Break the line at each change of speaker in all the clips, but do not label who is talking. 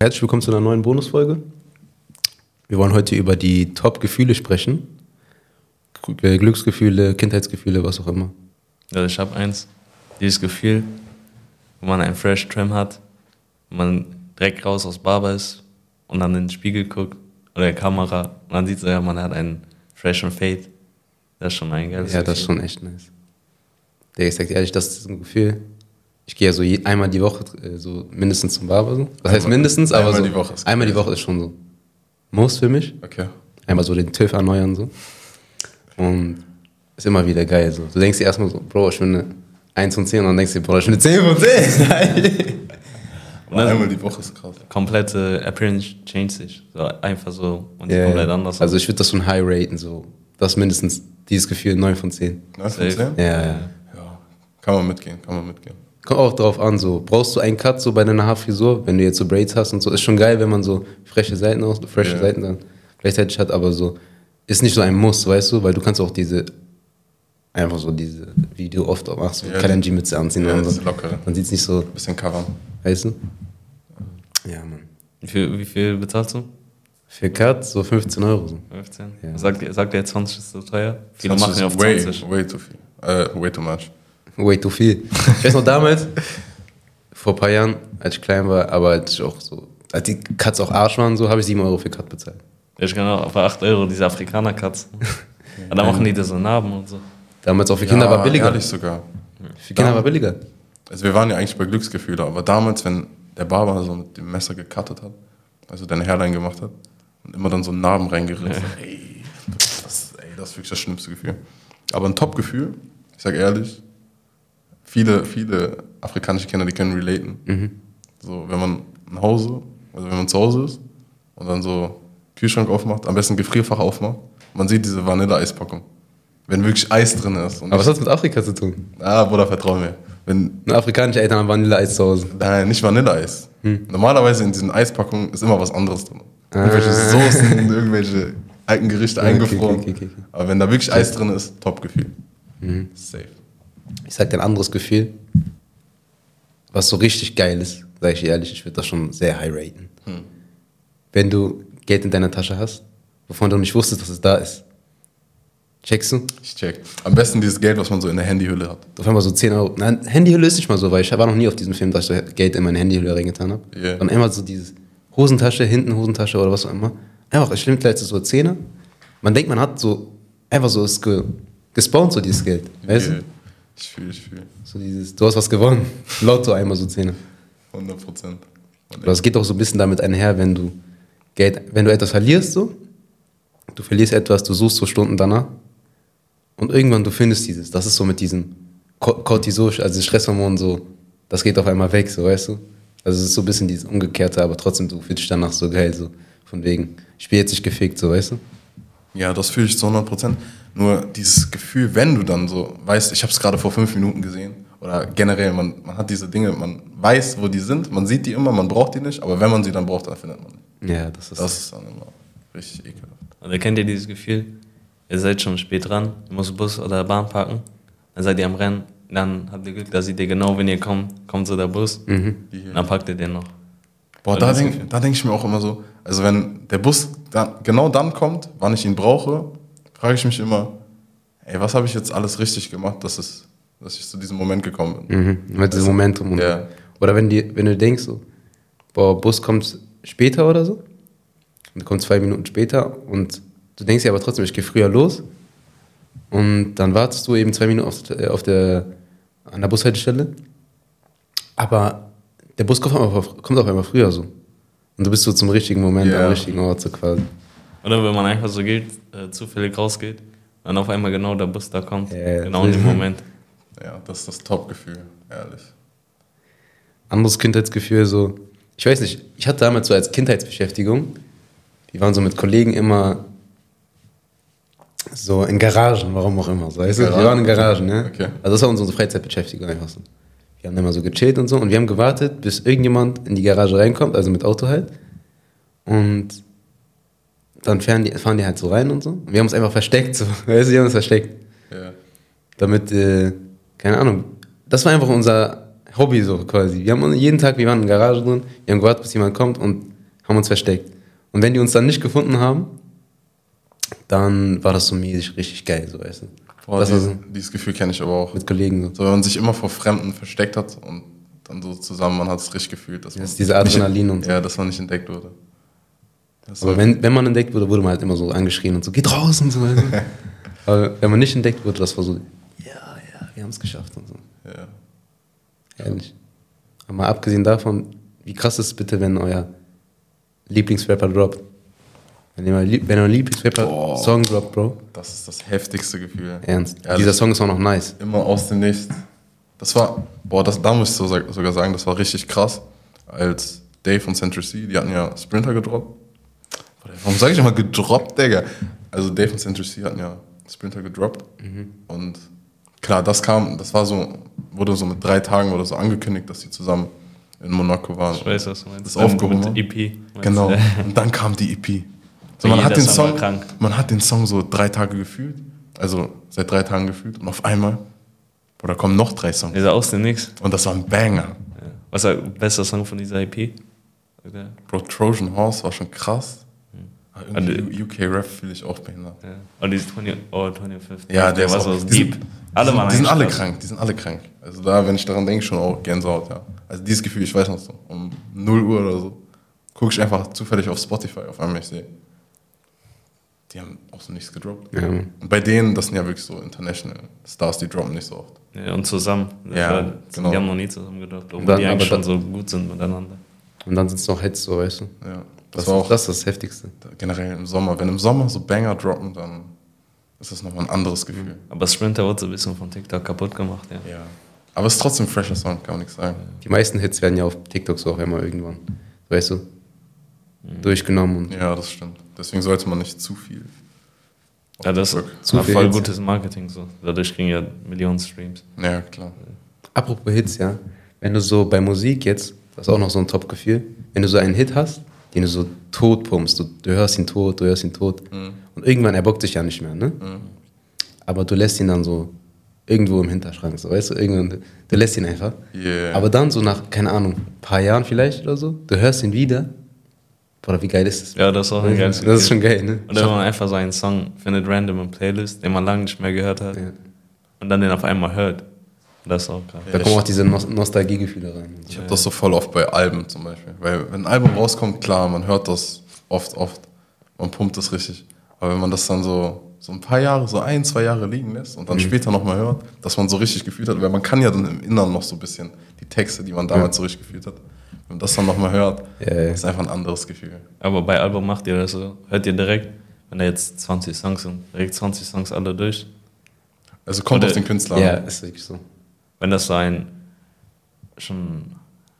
Herzlich willkommen zu einer neuen Bonusfolge. Wir wollen heute über die Top-Gefühle sprechen. Gl- äh, Glücksgefühle, Kindheitsgefühle, was auch immer.
Also ich habe eins, dieses Gefühl, wenn man einen Fresh Trim hat, wenn man direkt raus aus Barber ist und dann in den Spiegel guckt oder die Kamera und dann sieht ja, man hat einen freshen Fade. Das ist schon ein geiles
ja, das ist
Gefühl.
schon echt nice. Der ich sag dir ehrlich, das ist ein Gefühl. Ich gehe ja so je, einmal die Woche äh, so mindestens zum Barber. So. Das heißt
Einmal-
mindestens, aber
einmal
so,
die Woche ist
einmal die Woche ist schon so. Muss für mich.
Okay.
Einmal so den TÜV erneuern so. Und ist immer wieder geil so. Du denkst dir erstmal so, Bro, ich bin eine 1 von 10 und dann denkst du dir, Bro, ich bin eine 10 von 10.
Und dann
Einmal die Woche ist krass.
komplette Appearance changed sich. So einfach so und sieht
Ja,
komplett
ja.
anders
Also
aus.
ich würde das schon high raten so. Das mindestens dieses Gefühl 9 von 10.
9 von
Safe.
Ja,
10?
ja.
Ja. Kann man mitgehen, kann man mitgehen.
Kommt auch drauf an, so. Brauchst du einen Cut so bei deiner Haarfrisur, wenn du jetzt so Braids hast und so? Ist schon geil, wenn man so frische Seiten aus, frische
Ja.
Seiten dann gleichzeitig hat, halt, aber so. Ist nicht so ein Muss, weißt du? Weil du kannst auch diese, einfach so diese, wie du oft auch machst, so
Ja,
Kalenji-Mütze anziehen
ja,
und so.
diese lockere.
Dann sieht's nicht so,
Bisschen covern.
weißt du? Ja, Mann.
Wie viel, wie viel bezahlst du?
Für Cut so 15 Euro. So.
15?
Ja.
Sagt, sagt der 20 ist so teuer? Viele
Das
machen
ist
ja auf
way,
20.
Way too viel. Äh, way too much.
Way too viel. Ich weiß noch damals, vor ein paar Jahren, als ich klein war, aber als ich auch so, als die Cuts auch Arsch waren, so habe ich 7 Euro für Cut bezahlt.
Ich kann auch für 8 Euro diese Afrikanerkatzen. Und da machen die da so Narben und so.
Damals auch für Kinder
ja,
war billiger.
Ehrlich sogar.
Für Kinder war billiger.
Also wir waren ja eigentlich bei Glücksgefühle, aber damals, wenn der Barber so mit dem Messer gecuttet hat, also deine Hairline gemacht hat und immer dann so einen Narben reingerissen, ey, das, ey, das ist wirklich das schlimmste Gefühl. Aber ein Top-Gefühl, ich sag ehrlich, viele, viele afrikanische Kinder, die können relaten. So, wenn man nach Hause, also wenn man zu Hause ist und dann so Kühlschrank aufmacht, am besten Gefrierfach aufmacht, man sieht diese Vanille-Eispackung. Wenn wirklich Eis drin ist. Und
Aber was hat das mit Afrika zu tun?
ah, Bruder, vertrau mir. Wenn
Nur Afrikanische Eltern haben Vanilleeis zu Hause.
Nein, Äh, nicht Vanilleeis.
Hm.
Normalerweise in diesen Eispackungen ist immer was anderes drin. Irgendwelche Soßen, irgendwelche alten Gerichte
Ah. okay,
eingefroren.
okay, okay, okay. Mhm.
Aber wenn da wirklich Eis drin ist, Top-Gefühl. Safe.
Ich sag dir ein anderes Gefühl, was so richtig geil ist, sage ich dir ehrlich, ich würde das schon sehr high raten.
Hm.
Wenn du Geld in deiner Tasche hast, wovon du nicht wusstest, dass es da ist. Checkst du?
Ich check. Am besten dieses Geld, was man so in der Handyhülle hat.
Auf einmal so 10 Euro. Nein, Handyhülle ist nicht mal so, weil ich war noch nie auf diesem Film, dass ich so Geld in meine Handyhülle reingetan habe.
Yeah.
Sondern immer so dieses Hosentasche, hinten Hosentasche oder was auch immer. Einfach, ich nehme gleich so 10 Man denkt, man hat so, einfach so ist ge gespawnt, so dieses Geld. Weißt
Yeah.
du?
Ich fühle, ich fühle.
So dieses, du hast was gewonnen. Lotto einmal so 10
100 Prozent.
Aber es geht auch so ein bisschen damit einher, wenn du Geld, wenn du etwas verlierst, so. Du verlierst etwas, du suchst so Stunden danach. Und irgendwann du findest dieses. Das ist so mit diesem Co- Cortisol, also Stresshormon, so. Das geht auf einmal weg, so, weißt du? Also, es ist so ein bisschen dieses Umgekehrte, aber trotzdem, du fühlst dich danach so geil, so. Von wegen, ich bin jetzt nicht gefickt, so, weißt du?
Ja, das fühle ich zu 100 Prozent. Nur dieses Gefühl, wenn du dann so weißt, ich habe es gerade vor fünf Minuten gesehen oder generell, man, man hat diese Dinge, man weiß, wo die sind, man sieht die immer, man braucht die nicht, aber wenn man sie dann braucht, dann findet man die.
Ja, das ist.
Das ist dann immer richtig ekelhaft.
Oder kennt ihr dieses Gefühl? Ihr seid schon spät dran, ihr müsst Bus oder Bahn parken, dann seid ihr am Rennen, dann habt ihr Glück, da seht ihr genau, wenn ihr kommt, kommt so der Bus,
Mhm.
und dann packt ihr den noch.
Boah,
Weil
da
das
denke
Gefühl-
denk ich mir auch immer so, also wenn der Bus dann, genau dann kommt, wann ich ihn brauche, frage ich mich immer, ey, was habe ich jetzt alles richtig gemacht, dass, es, dass ich zu diesem Moment gekommen bin?
Mhm, mit diesem Momentum. Und
Also, ja.
Oder wenn, die, wenn du denkst, so, boah, Bus kommt später oder so, und kommt zwei Minuten später und du denkst dir aber trotzdem, ich gehe früher los und dann wartest du eben zwei Minuten auf, äh, auf der, an der Bushaltestelle, aber der Bus kommt auf, einmal- kommt auf einmal früher so. Und du bist so zum richtigen Moment,
Ja.
am richtigen Ort so quasi.
Oder wenn man einfach so geht, äh, zufällig rausgeht, dann auf einmal genau der Bus da kommt,
Ja, ja.
genau in dem Moment.
Ja, das ist das Top-Gefühl, ehrlich.
anderes Kindheitsgefühl, so, ich weiß nicht, ich hatte damals so als Kindheitsbeschäftigung, die waren so mit Kollegen immer so in Garagen, warum auch immer, so, weißt du, wir
Garagen?
waren in Garagen, ne?
Okay.
Also das war unsere Freizeitbeschäftigung einfach so. Wir haben immer so gechillt und so und wir haben gewartet, bis irgendjemand in die Garage reinkommt, also mit Auto halt. Und dann fahren die, fahren die halt so rein und so. Und wir haben uns einfach versteckt, so, weißt du, wir haben uns versteckt
Ja.
damit, äh, keine Ahnung, das war einfach unser Hobby so quasi. Wir haben uns jeden Tag, wir waren in der Garage drin, wir haben gewartet, bis jemand kommt und haben uns versteckt. Und wenn die uns dann nicht gefunden haben, dann war das so mäßig richtig geil, so weißt du.
Boah,
das war
dieses,
so
dieses Gefühl kenne ich aber auch.
mit Kollegen so.
So, wenn man sich immer vor Fremden versteckt hat und dann so zusammen, man hat es richtig gefühlt. Dass man
Das ist diese Adrenalin
nicht,
und so.
Ja, dass man nicht entdeckt wurde. Das
Aber
war-
wenn, wenn man entdeckt wurde, wurde man halt immer so angeschrien und so, geht raus und so. weißt du. Aber wenn man nicht entdeckt wurde, das war so, ja, ja, wir haben es geschafft und so.
ja.
Ehrlich. Aber mal abgesehen davon, wie krass ist es bitte, wenn euer Lieblingsrapper droppt? Wenn euer, Lieb- wenn euer Lieblingsrapper
Boah.
Song droppt, Bro.
Das ist das heftigste Gefühl.
Ernst.
Ja,
Dieser
das-
Song ist auch noch nice.
Immer aus dem Nichts. Das war, boah, das, da muss ich so, sag- sogar sagen, das war richtig krass. Als Dave von Century C, die hatten ja Sprinter gedroppt. Warum sage ich immer gedroppt, Digga? Also Dave und Century C hatten ja Sprinter gedroppt.
Mhm.
Und klar, das kam, das war so, wurde so mit drei Tagen wurde so angekündigt, dass die zusammen in Monaco waren.
Ich weiß, was du meinst.
Das ist aufgehoben,
Mit
ne?
EP. meinst
Genau.
du?
Und dann kam die EP. So,
Weil
man, hat
jeder
den
Song war
Song,
krank.
man hat den Song so drei Tage gefühlt, also seit drei Tagen gefühlt und auf einmal, oder kommen noch drei Songs.
Ist er aus dem Nix?
Und das war ein
Ja.
Banger.
Was ist der beste Song von dieser EP? Oder?
Bro, Trojan Horse war schon krass. Aber irgendwie
Also-
U- UK Rap fühle ich auch behindert.
Ja. Und dieses 20, oh, 25.
Ja, der,
war
ist
so
auch, die
deep.
Sind,
Alle
die sind,
waren
die sind alle
eigentlich krass.
krank, die sind alle krank. Also da, wenn ich daran denke, schon auch Gänsehaut, ja. Also dieses Gefühl, ich weiß noch so, um 0 Uhr oder so, gucke ich einfach zufällig auf Spotify, auf einmal ich sehe, die haben auch so nichts gedroppt.
Ja, Mann.
Und bei denen, das sind ja wirklich so international Stars, die droppen nicht so oft.
Ja, und zusammen.
Ja,
Weil
genau.
Die haben noch nie zusammen gedacht, obwohl
dann-
die eigentlich
aber
schon so gut sind miteinander.
Und dann sind es noch Hits, so weißt du.
Ja.
Das,
Das, war auch
das ist das Heftigste.
generell im Sommer. Wenn im Sommer so Banger droppen, dann ist das nochmal ein anderes Gefühl.
Aber Sprinter wurde so ein bisschen von TikTok kaputt gemacht, ja.
Ja. Aber es ist trotzdem ein fresher Song, kann man nichts sagen.
Die meisten Hits werden ja auf TikTok so auch immer irgendwann, weißt du,
Mhm.
durchgenommen. Und
Ja, das stimmt. Deswegen sollte man nicht zu viel. auf
Ja, das
TikTok-
Zu
war
viel
voll
jetzt.
gutes Marketing so. Dadurch kriegen ja Millionen Streams.
Ja, klar.
Apropos Hits, ja. Wenn du so bei Musik jetzt, das ist auch noch so ein Top-Gefühl, wenn du so einen Hit hast, den du so tot pumpst, du, du hörst ihn tot, du hörst ihn tot und irgendwann er bockt dich ja nicht mehr, ne? Aber du lässt ihn dann so irgendwo im Hinterschrank, so, weißt du, irgendwann, du lässt ihn einfach.
Yeah.
Aber dann so nach, keine Ahnung, paar Jahren vielleicht oder so, du hörst ihn wieder. Boah, wie geil ist das?
Ja, das ist auch ein geiles
Mhm. das ist
Gefühl.
schon geil, ne?
Und wenn man einfach so einen Song findet, random in Playlist, den man lange nicht mehr gehört hat,
Ja.
und dann den auf einmal hört, das ist auch krass.
Da kommen auch diese Nos Nostalgiegefühle rein.
Ich habe das so voll oft bei Alben zum Beispiel. Weil wenn ein Album rauskommt, klar, man hört das oft, oft. Man pumpt das richtig. Aber wenn man das dann so, so ein paar Jahre, so ein, zwei Jahre liegen lässt und dann später nochmal hört, dass man so richtig gefühlt hat, weil man kann ja dann im Inneren noch so ein bisschen die Texte, die man damals so richtig gefühlt hat, wenn man das dann nochmal hört,
Ja, ja.
ist einfach ein anderes Gefühl.
Aber bei Album macht ihr das so. Hört ihr direkt, wenn da jetzt 20 Songs sind, direkt 20 Songs alle durch.
Also kommt
Oder-
auf den Künstler
Ja,
an.
ist wirklich so.
Wenn das so ein schon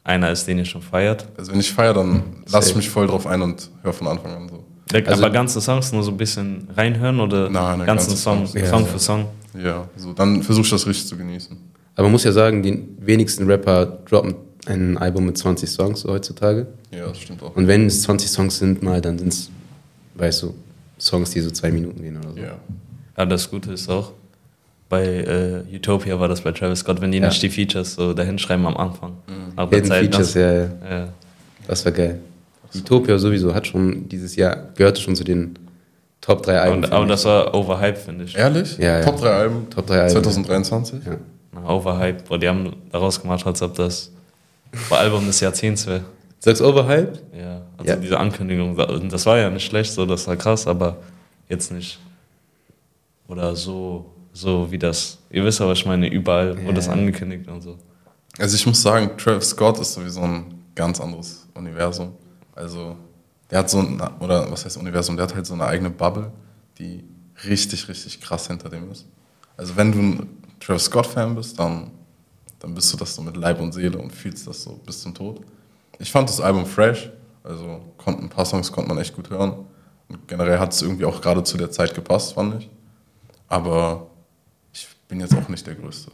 einer ist, den ihr schon feiert.
Also wenn ich feiere, dann lasse ich
Safe.
mich voll drauf ein und höre von Anfang an so.
Also-
aber ganze Songs nur so ein bisschen reinhören oder
Nein, nein,
ganzen
ganze
Song,
Songs.
Ja,
Song
ja.
für Song?
Ja, so dann versuche ich das richtig zu genießen.
Aber man muss ja sagen, die wenigsten Rapper droppen ein Album mit 20 Songs so heutzutage.
Ja, das stimmt auch.
Und wenn es 20 Songs sind, mal, dann sind es, weißt du, Songs, die so zwei Minuten gehen oder so.
Ja.
Ja, das Gute ist auch, bei äh, Utopia war das bei Travis Scott, wenn die
Ja.
nicht die Features so dahinschreiben am Anfang. Aber
Hidden Features, ja, ja,
ja. ja.
das war geil. Utopia sowieso hat schon dieses Jahr, gehörte schon zu den Top 3 Alben.
Und, aber das war overhyped, finde ich.
Ehrlich?
Ja, ja.
Top 3 Alben?
Top 3 Alben.
2023?
Ja.
Na, overhyped, weil die haben daraus gemacht, als ob das bei Album des Jahrzehnts wäre.
Sagst Overhyped?
Ja, also
Ja.
diese Ankündigung, und das war ja nicht schlecht, so das war krass, aber jetzt nicht. Oder so, so wie das. Ihr wisst ja, was ich meine, überall wurde das
Ja.
angekündigt und so.
Also ich muss sagen, Travis Scott ist sowieso ein ganz anderes Universum. Also der hat so ein, oder was heißt Universum, der hat halt so eine eigene Bubble, die richtig, richtig krass hinter dem ist. Also wenn du ein Travis Scott-Fan bist, dann, dann bist du das so mit Leib und Seele und fühlst das so bis zum Tod. Ich fand das Album fresh, also konnten ein paar Songs konnte man echt gut hören. Und generell hat es irgendwie auch gerade zu der Zeit gepasst, fand ich. Aber ich bin jetzt auch nicht der Größte.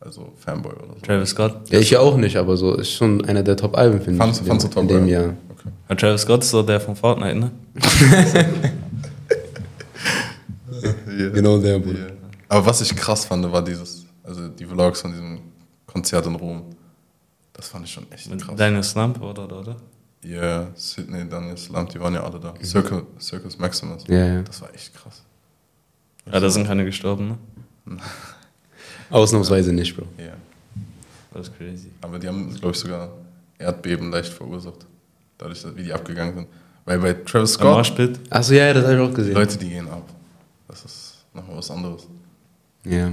Also Fanboy oder so.
Travis Scott.
Ja, ich ja auch nicht, aber so ist schon einer der Top Alben, finde ich.
Fandst du
in
fandst du
dem-
Top
In dem
Gun?
Jahr.
Okay.
Ja, Travis Scott ist so der von Fortnite, ne?
Genau der, Bruder.
Aber was ich krass fand, war dieses, also die Vlogs von diesem Konzert in Rom. Das fand ich schon echt krass.
Mit deiner Slump oder, oder?
Ja, yeah, Sydney, Daniel Slump, die waren ja alle da. Circus, Circus Maximus.
Ja, ja.
Das war echt krass.
Ja, da sind keine gestorben, ne?
Ausnahmsweise nicht, Bro.
Ja.
Das ist crazy.
Aber die haben, glaube ich, sogar Erdbeben leicht verursacht. Dadurch, dass- wie die abgegangen sind. Weil bei Travis
Am
Scott,
Arschpit?
Achso, ja, ja, das habe ich auch gesehen.
Leute, die gehen ab. Das ist nochmal was anderes.
Ja.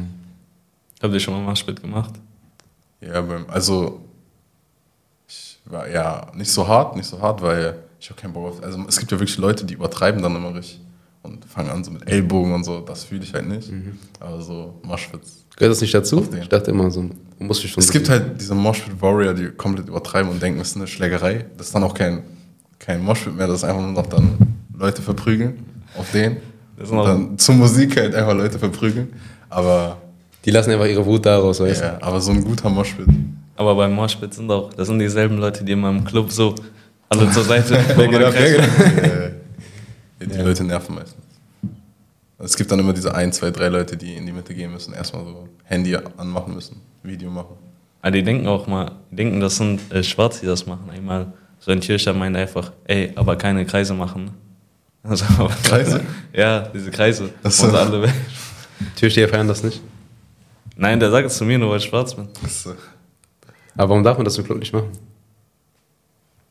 Habt ihr schon mal am Arschpit gemacht?
Ja, beim, also ich war ja nicht so hart, nicht so hart, weil ich habe keinen Bock auf. Also es gibt ja wirklich Leute, die übertreiben dann immer richtig und fangen an so mit Ellbogen und so. Das fühle ich halt nicht.
Mhm.
Aber so Moshpits.
Gehört das nicht dazu?
Auf den.
Ich dachte immer so, man muss sich schon.
Es
so-
gibt halt diese Moshpit Warrior, die komplett übertreiben und denken, es ist eine Schlägerei. Das ist dann auch kein kein Moshpit mehr, das ist einfach nur noch dann Leute verprügeln auf den.
Das ist
Und
noch-
dann zur Musik halt einfach Leute verprügeln. Aber
Die lassen einfach ihre Wut daraus, weißt du?
ja, aber so ein guter Moshpit.
Aber beim Moshpit sind auch, das sind dieselben Leute, die immer im Club so alle zur
Also,
Seite gucken und
genau,
kreischen.
ja,
Äh, die Leute nerven meistens. Also, Es gibt dann immer diese ein, zwei, drei Leute, die in die Mitte gehen müssen, erstmal so Handy anmachen müssen, Video machen.
Aber die denken auch mal, die denken, das sind äh, Schwarze, die das machen. Einmal so ein Türsteher meint einfach, ey, aber keine Kreise machen. Also,
Kreise?
Ja, diese Kreise.
Ach so.
Und alle weg.
Türsteher feiern das nicht.
Nein, der sagt es zu mir nur, weil ich schwarz bin.
Das ist äh,
Aber warum darf man das im Club nicht machen?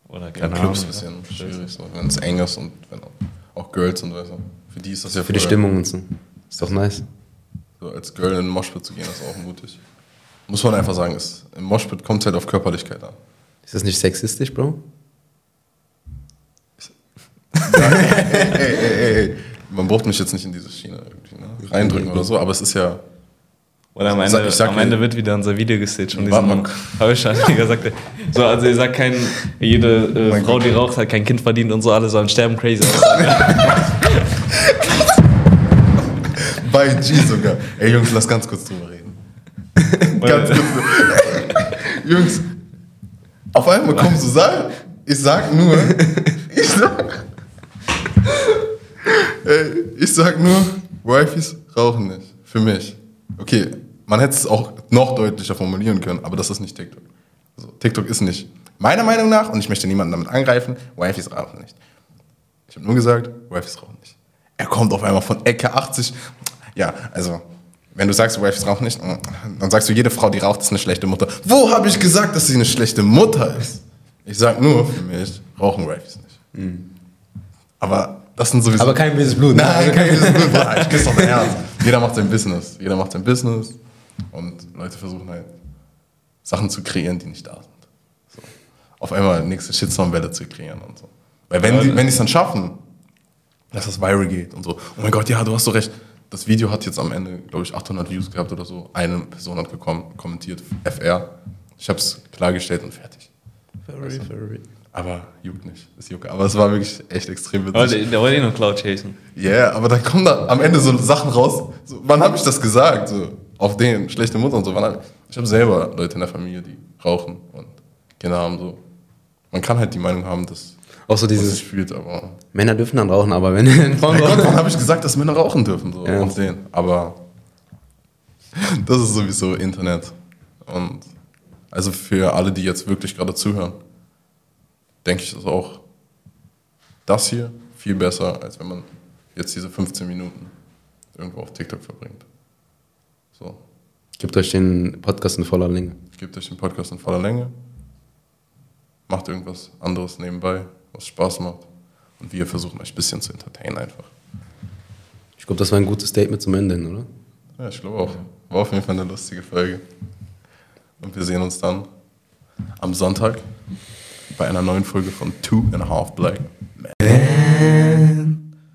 Oder keine
im
Ahnung.
Club ist ein
ja.
bisschen schwierig, so, wenn es eng ist und wenn auch, auch Girls und weißt du. Für die ist das ja
Für die
voll-
Stimmung und so. Ist doch nice.
So als Girl in den Moshpit zu gehen, ist auch mutig. Muss man einfach sagen, ist, im Moshpit kommt es halt auf Körperlichkeit an.
Ist das nicht sexistisch, Bro?
ey, ey, ey, ey. Man braucht mich jetzt nicht in diese Schiene irgendwie, ne? reindrücken oder so, aber es ist ja,
Oder am
Ich
Ende,
sag- ich sag
am
mir-
Ende wird wieder unser Video gestaged von
Warte
diesem
mal.
Häuscher, Digga, sagt er. So, also ihr sagt kein, jede äh,
Mein
Frau,
Gott.
die raucht, hat kein Kind verdient und so, alle sollen sterben, crazy. aus.
bei G sogar. Ey Jungs, lass ganz kurz drüber reden. Ganz kurz. Jungs, auf einmal kommst du sagen, ich sag nur, ich sag, Ey, ich sag nur, Wifis rauchen nicht. Für mich. Okay, man hätte es auch noch deutlicher formulieren können, aber das ist nicht TikTok. Also, TikTok ist nicht. Meiner Meinung nach, und ich möchte niemanden damit angreifen, Wifis rauchen nicht. Ich habe nur gesagt, Wifis rauchen nicht. Er kommt auf einmal von Ecke 80. Ja, also, wenn du sagst, Wifis rauchen nicht, dann sagst du, jede Frau, die raucht, ist eine schlechte Mutter. Wo habe ich gesagt, dass sie eine schlechte Mutter ist? Ich sag nur, für mich rauchen Wifis nicht. Aber das sind sowieso.
Aber kein böses Blut. ne?
Nein,
Also
kein Business. Bruder, Ich küsse doch dein Herz. Jeder macht sein Business. Jeder macht sein Business. Und Leute versuchen halt, Sachen zu kreieren, die nicht da sind. So. Auf einmal nächste Shitstorm-Welle zu kreieren und so. Weil wenn
Ja,
die
ne?
wenn die es dann schaffen, dass das viral geht und so, oh mein Gott, ja, du hast so recht. Das Video hat jetzt am Ende, glaube ich, 800 Views gehabt oder so. Eine Person hat gekommen, kommentiert, FR. Ich habe es klargestellt und fertig.
Furry, furry.
Aber juckt nicht. Ist jucke. Aber es war wirklich echt extrem witzig.
Wollte- Der wollte eh nur Cloud chasen.
Ja, yeah, aber dann kommen da am Ende so Sachen raus. So, wann habe ich das gesagt? So, auf den, schlechte Mutter und so. Wann hab, ich habe selber Leute in der Familie, die rauchen und Kinder haben. So. Man kann halt die Meinung haben, dass
Auch so
dieses
dieses,
spielt, aber.
Männer dürfen dann rauchen, aber wenn Frauen
Mein Gott,
rauchen.
wann habe ich gesagt, dass Männer rauchen dürfen? So,
Oh Ja.
auf den. Aber das ist sowieso Internet. Und also für alle, die jetzt wirklich gerade zuhören, denke ich, ist auch das hier viel besser, als wenn man jetzt diese 15 Minuten irgendwo auf TikTok verbringt. So,
Gebt euch den Podcast in voller Länge.
gebt euch den Podcast in voller Länge, macht irgendwas anderes nebenbei, was Spaß macht. Und wir versuchen euch ein bisschen zu entertainen einfach.
Ich glaube, das war ein gutes Statement zum Ende hin, oder?
Ja, ich glaube auch. War auf jeden Fall eine lustige Folge. Und wir sehen uns dann am Sonntag bei einer neuen Folge von Two and a Half Black.